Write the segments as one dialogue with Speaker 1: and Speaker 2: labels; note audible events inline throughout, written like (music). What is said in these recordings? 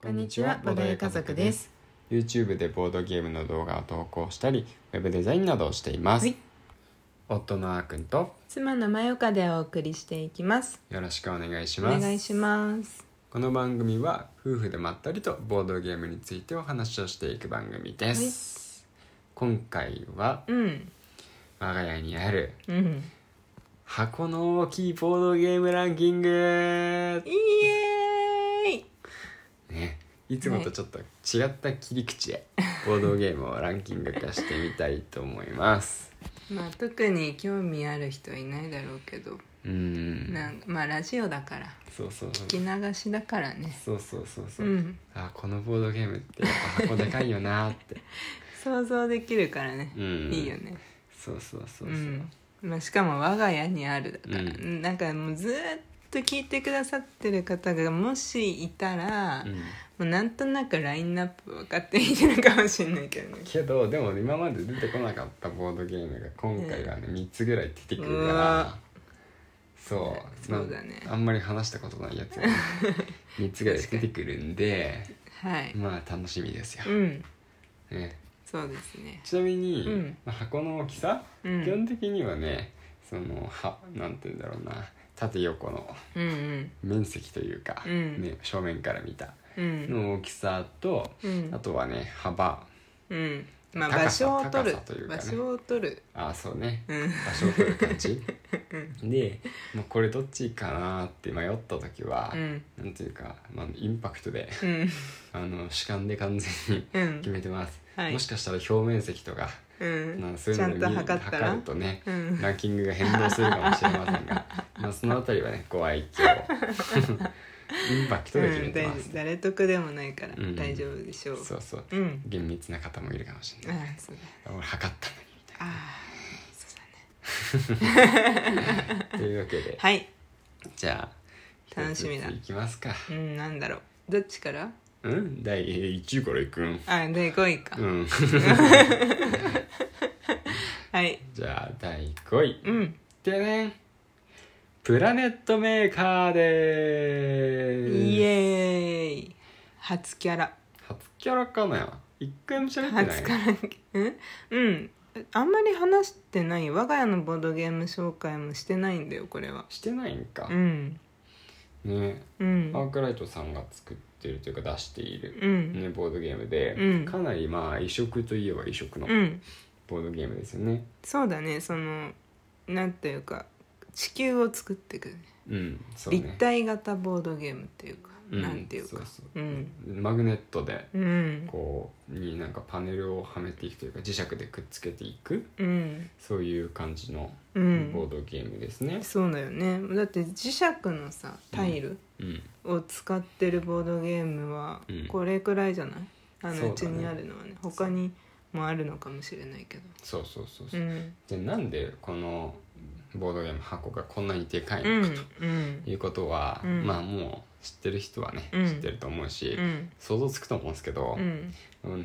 Speaker 1: こんにちは、ボドゲ家族で。す。
Speaker 2: YouTube でボードゲームの動画を投稿したり、ウェブデザインなどをしています。
Speaker 1: はい
Speaker 2: 夫のあーくんと
Speaker 1: 妻のまよかでお送りしていきます。
Speaker 2: よろしくお願いし
Speaker 1: お
Speaker 2: ます。
Speaker 1: 願いします。
Speaker 2: この番組は夫婦でまったりとボードゲームについてお話をしていく番組です。今回は
Speaker 1: うん、
Speaker 2: 我が家にある
Speaker 1: うん。
Speaker 2: 箱の大きいボードゲームランキング
Speaker 1: イエーイ。
Speaker 2: ね、いつもとちょっと違った切り口でボードゲームをランキング化してみたいと思い
Speaker 1: (laughs)
Speaker 2: ます。
Speaker 1: まあ特に興味ある人いないだろうけど、
Speaker 2: うん。
Speaker 1: なんまあラジオだから
Speaker 2: そうそうそう。
Speaker 1: 聞き流しだからね。
Speaker 2: そうそうそうそうう。
Speaker 1: ん、
Speaker 2: あこのボードゲームってやっぱ箱でかいよなーって。
Speaker 1: 想像できるからね。
Speaker 2: うん
Speaker 1: いいよね。
Speaker 2: そうそうそうそう。
Speaker 1: うん。まあしかも我が家にあるだから、
Speaker 2: うん
Speaker 1: なんかもうずーっと聞いてくださってる方がもしいたら。
Speaker 2: うん
Speaker 1: もうなんとなくラインナップ分かっていてるかもしれないけどね
Speaker 2: けどでも今まで出てこなかったボードゲームが今回はね3つぐらい出てくる
Speaker 1: う
Speaker 2: から
Speaker 1: わ。
Speaker 2: そう
Speaker 1: そうだね
Speaker 2: あんまり話したことないやつが
Speaker 1: (laughs)
Speaker 2: ね3つぐらい出てくるんで
Speaker 1: はい
Speaker 2: まあ楽しみですよ
Speaker 1: う、ん
Speaker 2: ね、
Speaker 1: そうですね
Speaker 2: ちなみに、
Speaker 1: うん
Speaker 2: まあ箱の大きさ、
Speaker 1: うん
Speaker 2: 基本的にはねそのはなんて言うんだろうな縦横の
Speaker 1: うんうん
Speaker 2: 面積というか、
Speaker 1: うん
Speaker 2: ね、正面から見た
Speaker 1: うん
Speaker 2: の大きさと、
Speaker 1: うん
Speaker 2: あとはね幅
Speaker 1: うんまあ
Speaker 2: 高
Speaker 1: 場
Speaker 2: さ
Speaker 1: 所を取
Speaker 2: 高
Speaker 1: る
Speaker 2: さというか
Speaker 1: 場
Speaker 2: ね
Speaker 1: 所を取る
Speaker 2: ああそうね
Speaker 1: うん
Speaker 2: 場所を取る感
Speaker 1: (laughs)
Speaker 2: じで、まあ、これどっちかなって迷った時は
Speaker 1: う、ん
Speaker 2: なんていうか、まあ、インパクトで (laughs)
Speaker 1: うん
Speaker 2: あの主観で完全に
Speaker 1: うん
Speaker 2: 決めてます、
Speaker 1: はい
Speaker 2: もしかしたら表面積とか
Speaker 1: うん
Speaker 2: なんかそうい
Speaker 1: ち
Speaker 2: う
Speaker 1: ゃ
Speaker 2: の
Speaker 1: んと
Speaker 2: 見
Speaker 1: 測ったら
Speaker 2: るとね、
Speaker 1: うん
Speaker 2: ランキングが変動するかもしれません
Speaker 1: (laughs)
Speaker 2: がまあそのあたりはねご愛嬌インパクトで決
Speaker 1: う
Speaker 2: め
Speaker 1: ん
Speaker 2: て
Speaker 1: 大
Speaker 2: ま
Speaker 1: 丈
Speaker 2: す
Speaker 1: 夫、誰得でもないから
Speaker 2: うん
Speaker 1: 大丈夫でしょう
Speaker 2: そうそう、
Speaker 1: うん
Speaker 2: 厳密な方もいるかもしれ
Speaker 1: あ
Speaker 2: ない、
Speaker 1: あそうだ
Speaker 2: 俺測ったのにみ
Speaker 1: ああそうだね
Speaker 2: たいなというわけで、
Speaker 1: (laughs) はい
Speaker 2: じゃあ
Speaker 1: 楽しみだ
Speaker 2: 一つずついきますか
Speaker 1: うんなんだろうどっちから
Speaker 2: うん第1位からいくん
Speaker 1: あ第5位か
Speaker 2: うん (laughs)
Speaker 1: はい
Speaker 2: じゃあ第5位
Speaker 1: うん
Speaker 2: でねんプラネットメーカーで
Speaker 1: イ
Speaker 2: ーす
Speaker 1: エーイ初キャラ
Speaker 2: 初キャラかな一回も喋ってな
Speaker 1: 初
Speaker 2: い
Speaker 1: からうんうんあんまり話してない我が家のボードゲーム紹介もしてないんだよこれは
Speaker 2: してないんか
Speaker 1: う、ん
Speaker 2: ね
Speaker 1: うん
Speaker 2: アークライトさんが作ってるというか出している、
Speaker 1: うん
Speaker 2: ね、ボードゲームで、
Speaker 1: うん
Speaker 2: かなりまあ異色といえば異色の
Speaker 1: うん
Speaker 2: ボードゲームですよね
Speaker 1: そうだねそのなんていうか地球を作っていくね
Speaker 2: うんそうね
Speaker 1: 立体型ボードゲームっていうか、
Speaker 2: うん
Speaker 1: なんていうか
Speaker 2: そうそううん
Speaker 1: ん
Speaker 2: マグネットで
Speaker 1: うん
Speaker 2: こうになんかパネルをはめていくというか磁石でくっつけていく
Speaker 1: うん
Speaker 2: そういう感じの
Speaker 1: う
Speaker 2: ボ
Speaker 1: ん
Speaker 2: ードゲームですね、
Speaker 1: そうだよねだって磁石のさタイル、
Speaker 2: うん
Speaker 1: を使ってるボードゲームは
Speaker 2: うん
Speaker 1: これくらいじゃない、あ
Speaker 2: そうだ
Speaker 1: の
Speaker 2: ね
Speaker 1: うちにあるのはね他にもあるのかもしれないけど
Speaker 2: そうそうそう
Speaker 1: う
Speaker 2: そう、
Speaker 1: ん
Speaker 2: でなんでこのボードゲーム箱がこんなにでかい
Speaker 1: うん
Speaker 2: の
Speaker 1: う
Speaker 2: か
Speaker 1: ん
Speaker 2: ということは、
Speaker 1: うん
Speaker 2: まあもう知ってる人はね、
Speaker 1: うん
Speaker 2: 知ってると思うし、
Speaker 1: うん
Speaker 2: 想像つくと思うんですけど
Speaker 1: う、ん
Speaker 2: あの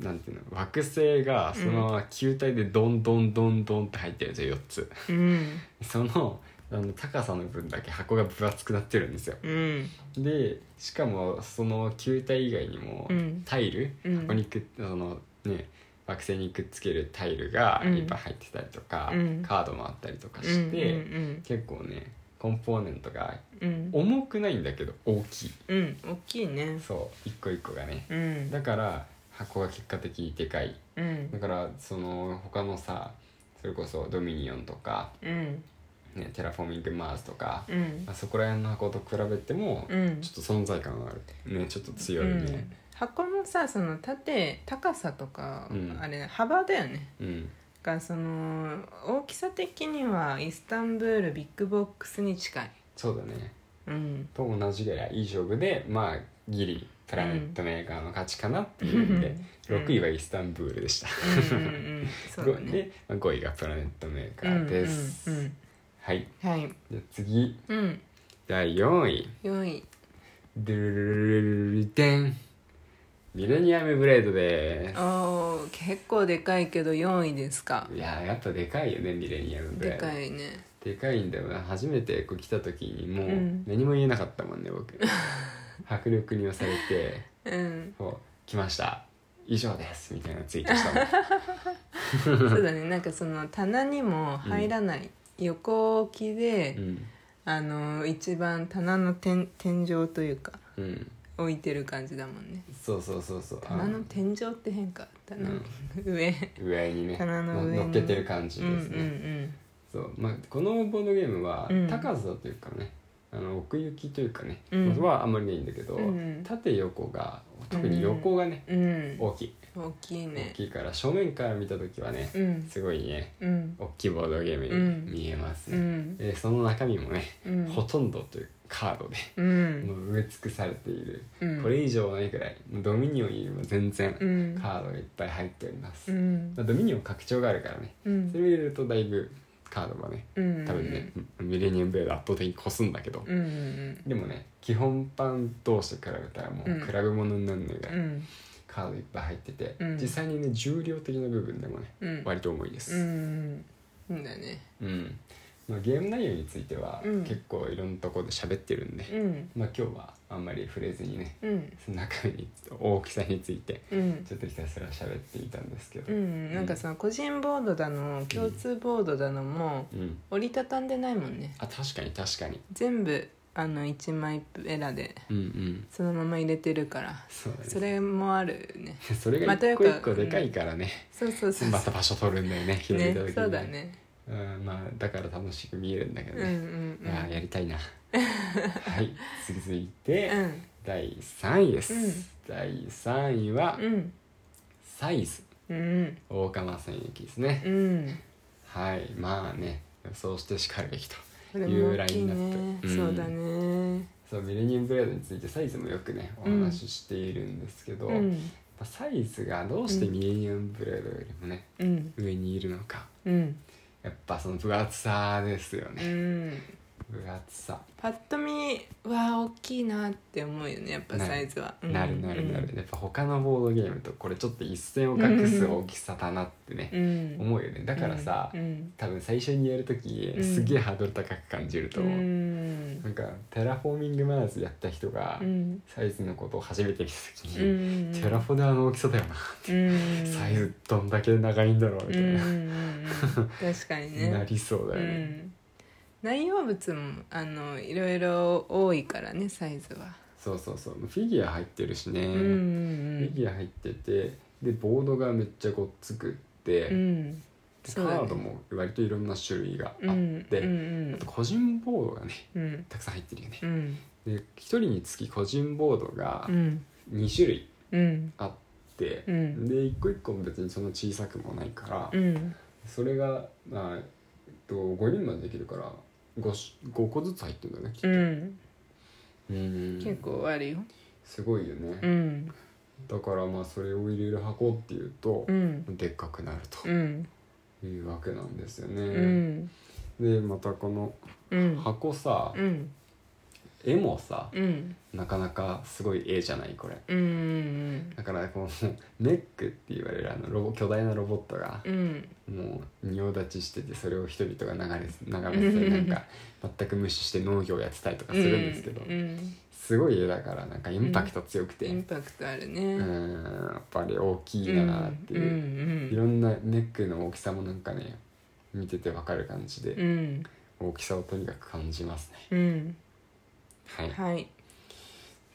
Speaker 2: なんていうの惑星がそのまま球体でどんどんどんどんって入ってるんですよ4つ
Speaker 1: うん
Speaker 2: そのあの高さの分だけ箱が分厚くなってるんですよ
Speaker 1: うん
Speaker 2: でしかもその球体以外にも
Speaker 1: うん
Speaker 2: タイル、
Speaker 1: うん
Speaker 2: ここにくっそのね惑星にくっつけるタイルが
Speaker 1: うん
Speaker 2: いっぱい入ってたりとか、
Speaker 1: うん
Speaker 2: カードもあったりとかして、
Speaker 1: うん
Speaker 2: 結構ねコンポーネントが
Speaker 1: うんうん
Speaker 2: 重くないんだけど大きい
Speaker 1: うん大きいね
Speaker 2: そう一個一個がね
Speaker 1: うん
Speaker 2: だから箱が結果的にでかい
Speaker 1: うん
Speaker 2: だからその他のさそれこそドミニオンとか、
Speaker 1: うん
Speaker 2: ね、テラフォーミングマーズとか、
Speaker 1: うん
Speaker 2: まあそこら辺の箱と比べても
Speaker 1: うん
Speaker 2: ちょっと存在感があるねちょっと強いね
Speaker 1: 箱のさその縦高さとか、
Speaker 2: うん
Speaker 1: あれ幅だよね
Speaker 2: うん
Speaker 1: がその大きさ的にはイスタンブールビッグボックスに近い
Speaker 2: そうだね
Speaker 1: うん
Speaker 2: と同じぐらいいい勝負でまあギリプラネットメーカーの勝ちかなっていうので、
Speaker 1: うん
Speaker 2: 6位はイスタンブールでした、
Speaker 1: うんうんうんそうだね。
Speaker 2: で、まあ、5位がプラネットメーカーです、
Speaker 1: うんうんうん
Speaker 2: はい
Speaker 1: はい。
Speaker 2: じゃあ次
Speaker 1: うん。
Speaker 2: 第4位
Speaker 1: 良い。
Speaker 2: ドゥルルルルルルデンミレニアムブレードです
Speaker 1: おー結構でかいけど4位ですか。
Speaker 2: いやーやっぱでかいよねミレニアムブレ
Speaker 1: で
Speaker 2: ード
Speaker 1: かいね。
Speaker 2: でかいんだよな初めてこう来た時にもううん何も言えなかったもんね僕 (laughs) 迫力に押されて
Speaker 1: うん
Speaker 2: こう来ました以上ですみたいなツイートしたもん
Speaker 1: (laughs) そうだねなんかその棚にも入らない、横置きで、 (laughs)
Speaker 2: うん
Speaker 1: あの一番棚の天天井というか
Speaker 2: うん
Speaker 1: 置いてる感じだもんね
Speaker 2: そうそうそうそうあ
Speaker 1: 棚の天井って変か棚の上
Speaker 2: 上にね
Speaker 1: 棚の上に
Speaker 2: 乗っけてる感じ
Speaker 1: うんうん
Speaker 2: ですね、そうまあ、このボードゲームは
Speaker 1: うん
Speaker 2: 高さというかね、あの奥行きというかね、
Speaker 1: うん
Speaker 2: はあんまりないんだけど、
Speaker 1: うんうん
Speaker 2: 縦横が特に横がね、
Speaker 1: うんうん
Speaker 2: 大きい、
Speaker 1: 大きいね
Speaker 2: 大きいから正面から見た時はね、
Speaker 1: うん
Speaker 2: すごいね
Speaker 1: うん
Speaker 2: 大きいボードゲーム
Speaker 1: うん
Speaker 2: に見えます
Speaker 1: う
Speaker 2: ね、
Speaker 1: ん
Speaker 2: でその中身もね、
Speaker 1: うん
Speaker 2: ほとんどというカードで、
Speaker 1: う
Speaker 2: も
Speaker 1: ん
Speaker 2: う埋め尽くされている、
Speaker 1: うん
Speaker 2: これ以上ないくらいもうドミニオンよりも全然
Speaker 1: う
Speaker 2: カ
Speaker 1: ん
Speaker 2: ードがいっぱい入っております、
Speaker 1: うん
Speaker 2: まあドミニオン拡張があるからね、
Speaker 1: うん
Speaker 2: それ見るとだいぶカードがね
Speaker 1: うん
Speaker 2: 多分ね、ミレニアムベール圧倒的に越すんだけど、
Speaker 1: うんうん
Speaker 2: でもね基本版同士と比べたらもう
Speaker 1: うん
Speaker 2: 比べ物になるのが
Speaker 1: うん
Speaker 2: カードいっぱい入ってて、
Speaker 1: うん
Speaker 2: 実際にね重量的な部分でもね
Speaker 1: うん
Speaker 2: 割と重いで
Speaker 1: う
Speaker 2: す、
Speaker 1: んうんだね
Speaker 2: うんまあ、ゲーム内容については
Speaker 1: うん
Speaker 2: 結構いろんなところで喋ってるんで、
Speaker 1: うん
Speaker 2: まあ、今日はあんまり触れずにね (laughs)
Speaker 1: うん
Speaker 2: その中身に大きさについて
Speaker 1: うん
Speaker 2: ちょっとひたすら喋っていたんですけど、
Speaker 1: うんなんかその個人ボードだの共通ボードだのも
Speaker 2: うん
Speaker 1: 折りたたんでないもんね
Speaker 2: あ確かに確かに
Speaker 1: 全部あの1枚ペラで
Speaker 2: うんうん
Speaker 1: そのまま入れてるから
Speaker 2: そうだね
Speaker 1: それもあるね
Speaker 2: それが
Speaker 1: ま
Speaker 2: 一
Speaker 1: たよ
Speaker 2: 個
Speaker 1: く
Speaker 2: 一個でかいからね、
Speaker 1: そうそうそう
Speaker 2: また場所取るんだよね広げ
Speaker 1: (laughs) ね
Speaker 2: た時に、
Speaker 1: そうだね
Speaker 2: うんまあだから楽しく見えるんだけ
Speaker 1: う
Speaker 2: ど
Speaker 1: んう
Speaker 2: ね、
Speaker 1: んうん
Speaker 2: いやーやりたい
Speaker 1: (laughs)
Speaker 2: なはい続いて、
Speaker 1: うん
Speaker 2: 第3位です、
Speaker 1: う
Speaker 2: 第3位は、
Speaker 1: うん
Speaker 2: サイズ
Speaker 1: うん
Speaker 2: 大釜線駅ですね、
Speaker 1: うん
Speaker 2: はいまあねそうしてしかるべきと
Speaker 1: これも大きい
Speaker 2: いうラインナッ
Speaker 1: ね
Speaker 2: プうん
Speaker 1: そうだね
Speaker 2: そうミレニアムブレードについてサイズもよくねお話ししているんですけど、
Speaker 1: う
Speaker 2: ま
Speaker 1: ん
Speaker 2: あサイズがどうしてミレニアムブレードよりもね、
Speaker 1: うん
Speaker 2: 上にいるのか
Speaker 1: うん
Speaker 2: やっぱその分厚さですよ
Speaker 1: う
Speaker 2: ね、
Speaker 1: ん
Speaker 2: 分厚さ
Speaker 1: パッと見は大きいなって思うよねやっぱサイズは
Speaker 2: なるなるなる、やっぱ他のボードゲームとこれちょっと一線を画す大きさだなって
Speaker 1: う
Speaker 2: ね、
Speaker 1: ん
Speaker 2: 思うよねだ
Speaker 1: だ
Speaker 2: からさ、
Speaker 1: うん
Speaker 2: 多分最初にやる時
Speaker 1: うん
Speaker 2: すげえハードル高く感じると
Speaker 1: う
Speaker 2: 思う、
Speaker 1: ん
Speaker 2: なんかテラフォーミングマナーズやった人が
Speaker 1: うん
Speaker 2: サイズのことを初めて見た時
Speaker 1: う
Speaker 2: に、
Speaker 1: ん
Speaker 2: テラフォであの大きさだよな、
Speaker 1: うん
Speaker 2: サイズどんだけ長いんだろうみ
Speaker 1: うん
Speaker 2: た
Speaker 1: う
Speaker 2: い
Speaker 1: ん
Speaker 2: な、
Speaker 1: うん確かにね
Speaker 2: なりそうだ
Speaker 1: う
Speaker 2: よね、
Speaker 1: ん内容物もあのいろいろ多いからねサイズは、
Speaker 2: そうそうそうフィギュア入ってるしね、
Speaker 1: うん
Speaker 2: フィギュア入っててでボードがめっちゃごっつくって、
Speaker 1: うんうん
Speaker 2: でカ
Speaker 1: そうだね
Speaker 2: ードも割といろんな種類があって、
Speaker 1: うんうん
Speaker 2: あと個人ボードがね
Speaker 1: うん
Speaker 2: たくさん入ってるよね
Speaker 1: うんうん
Speaker 2: で1人につき個人ボードが
Speaker 1: うん
Speaker 2: 2種類
Speaker 1: うん
Speaker 2: あって、
Speaker 1: うん
Speaker 2: で一個一個も別にそんな小さくもないから、
Speaker 1: うん
Speaker 2: それが、まあえっと、5人までできるから 5, 5個ずつ入ってるんだねきっと
Speaker 1: うん
Speaker 2: うん
Speaker 1: 結構あるよ
Speaker 2: すごいよね、
Speaker 1: うん
Speaker 2: だからまあそれを入れる箱っていうと
Speaker 1: う、ん
Speaker 2: でっかくなる
Speaker 1: うん
Speaker 2: というわけなんですよね、
Speaker 1: うん
Speaker 2: でまたこの
Speaker 1: うん
Speaker 2: 箱さ、
Speaker 1: うん
Speaker 2: 絵もさ、
Speaker 1: うん
Speaker 2: なかなかすごい絵じゃないこれ
Speaker 1: うんうん
Speaker 2: だからこのネックって言われるあのロボ巨大なロボットが
Speaker 1: うん
Speaker 2: もう仁王立ちしててそれを人々が流れ眺めてたりなん
Speaker 1: (laughs)
Speaker 2: か全く無視して農業やってたりとかするんですけど、
Speaker 1: うんうん
Speaker 2: すごい絵だからなんかインパクト強くて、
Speaker 1: イ
Speaker 2: う
Speaker 1: ン
Speaker 2: ん、
Speaker 1: パクトあるね
Speaker 2: やっぱり大きいなっていう、い
Speaker 1: い
Speaker 2: ろんなネックの大きさもなんかね見ててわかる感じ
Speaker 1: う
Speaker 2: で
Speaker 1: ん
Speaker 2: 大きさをとにかく感じますね。
Speaker 1: うん
Speaker 2: はい、
Speaker 1: はい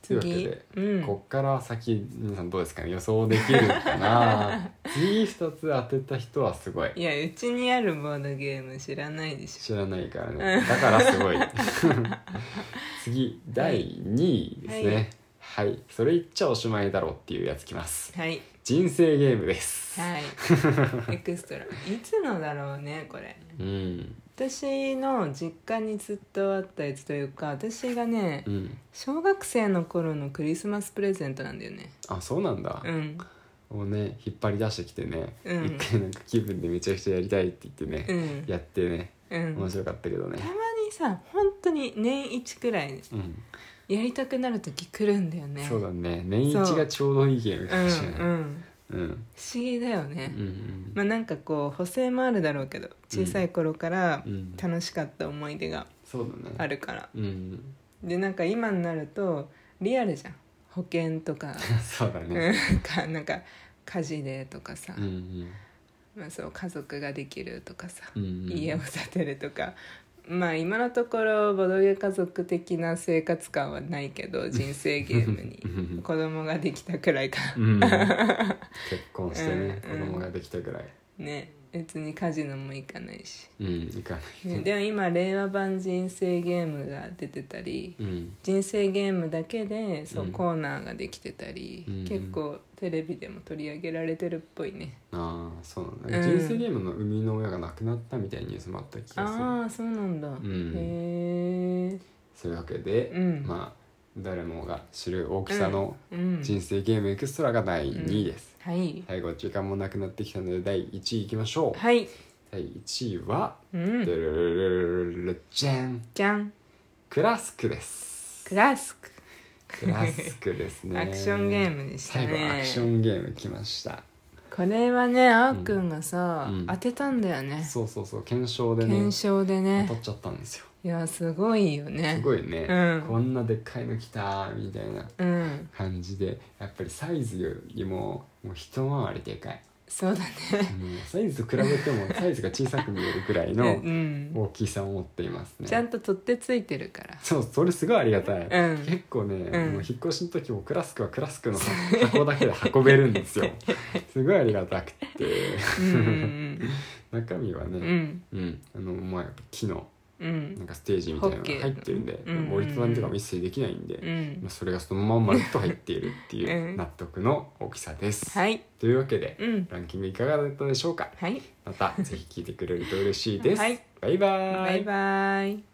Speaker 2: というわけ
Speaker 1: 次
Speaker 2: で
Speaker 1: うん
Speaker 2: こっから先皆さんどうですかね予想できるか (laughs) な次2つ当てた人はすごい
Speaker 1: いやうちにあるボードゲーム知らないでし
Speaker 2: 知らないからねだからす (laughs) ごい次第2位ですねはい、それ言っちゃおしまいだろうっていうやつきます
Speaker 1: ょはい
Speaker 2: 人生ゲームです、
Speaker 1: はいエクストラいつのだろうねこれ
Speaker 2: うん
Speaker 1: 私の実家にずっとあったやつというか私がね
Speaker 2: うん
Speaker 1: 小学生の頃のクリスマスプレゼントなんだよね
Speaker 2: あそうなんだ
Speaker 1: う、ん
Speaker 2: もうね引っ張り出してきてね、
Speaker 1: うん
Speaker 2: 一回なんか気分でめちゃくちゃやりたいって言ってね、
Speaker 1: うん
Speaker 2: やってね
Speaker 1: うん
Speaker 2: 面白かったけどね
Speaker 1: たまにさ本当に年一くら
Speaker 2: う
Speaker 1: い
Speaker 2: ん、
Speaker 1: やりたくなる時来るんだよね
Speaker 2: そうだね年一がちょうどいいゲームかもしれない
Speaker 1: うんうん
Speaker 2: うんうん
Speaker 1: 不思議だよね、
Speaker 2: うん
Speaker 1: まあなんかこう補正もあるだろうけど小さい頃から
Speaker 2: うん
Speaker 1: 楽しかった思い出が
Speaker 2: そうだね
Speaker 1: あるから、
Speaker 2: うん
Speaker 1: でなんか今になるとリアルじゃん保険とか
Speaker 2: (laughs) そうだね
Speaker 1: うんかなんか家事でとかさ、
Speaker 2: うんうん
Speaker 1: まあ、そう家族ができるとかさ、
Speaker 2: うんうん
Speaker 1: 家を建てるとかまあ今のところボドゲ家族的な生活感はないけど人生ゲームに子供ができたくらいか
Speaker 2: うん
Speaker 1: (laughs)
Speaker 2: 結婚してね
Speaker 1: うん
Speaker 2: 子
Speaker 1: うん
Speaker 2: 供ができたぐらい
Speaker 1: ね別にカジノも行かないし、
Speaker 2: うんいかない
Speaker 1: ねでも今令和版人生ゲームが出てたり
Speaker 2: うん
Speaker 1: 人生ゲームだけでそう、
Speaker 2: うん
Speaker 1: コーナーができてたり、
Speaker 2: うんうん
Speaker 1: 結構テレビでも取り上げられてるっぽいね、
Speaker 2: ああそうなんだ、
Speaker 1: うん
Speaker 2: 人生ゲームの生みの親が亡くなったみたいなニュースもあった気がする
Speaker 1: ああそうなんだ、
Speaker 2: ん
Speaker 1: へえ
Speaker 2: そういうわけで、
Speaker 1: うん
Speaker 2: まあ誰もが知る大きさの
Speaker 1: うん
Speaker 2: 人生ゲームエクストラが第2位です、
Speaker 1: はい
Speaker 2: 最後時間もなくなってきたので第1位いきましょう、
Speaker 1: はい
Speaker 2: 第1位は、
Speaker 1: う
Speaker 2: でる
Speaker 1: ん
Speaker 2: るるるるじゃん
Speaker 1: じゃん
Speaker 2: クラスクです
Speaker 1: クラスク
Speaker 2: クラスクですね
Speaker 1: アクションゲームでしたね
Speaker 2: 最後アクションゲーム来ました
Speaker 1: これはねあーくんがさ、
Speaker 2: うん
Speaker 1: 当てたんだよね
Speaker 2: そうそうそう検証でね
Speaker 1: 検証でね
Speaker 2: 当たっちゃったんですよ
Speaker 1: いやすごいよね
Speaker 2: すごいね、
Speaker 1: うん
Speaker 2: こんなでっかいの来たみたいな
Speaker 1: うん
Speaker 2: 感じでやっぱりサイズよりももう一回りでかい
Speaker 1: そうだね
Speaker 2: もうサイズと比べても
Speaker 1: (laughs)
Speaker 2: サイズが小さく見えるくらいの
Speaker 1: うん、
Speaker 2: 大きさを持っていますね
Speaker 1: ちゃんと取ってついてるから
Speaker 2: そうそれすごいありがたい、
Speaker 1: うん
Speaker 2: 結構ね、
Speaker 1: うん
Speaker 2: もう引っ越しの時もクラスクはクラスクの箱だけで運べるんですよすごいありがたくて
Speaker 1: うん
Speaker 2: 中身は
Speaker 1: うんう
Speaker 2: ね、
Speaker 1: ん
Speaker 2: うんあのまあ木の
Speaker 1: うんうん
Speaker 2: なんかステージみたいなのが入ってるんで、
Speaker 1: うん
Speaker 2: もう折りたたみとかも一切できないんで、
Speaker 1: うん
Speaker 2: まあ
Speaker 1: (laughs)
Speaker 2: それがそのまんまるっと入っているってい
Speaker 1: う
Speaker 2: うん納得の大きさです、
Speaker 1: はい
Speaker 2: というわけで、
Speaker 1: うん
Speaker 2: ランキングいかがだったでしょうか
Speaker 1: はい
Speaker 2: またぜひ聞いてくれると嬉しいです、
Speaker 1: はい
Speaker 2: バイバーイ
Speaker 1: バイバイ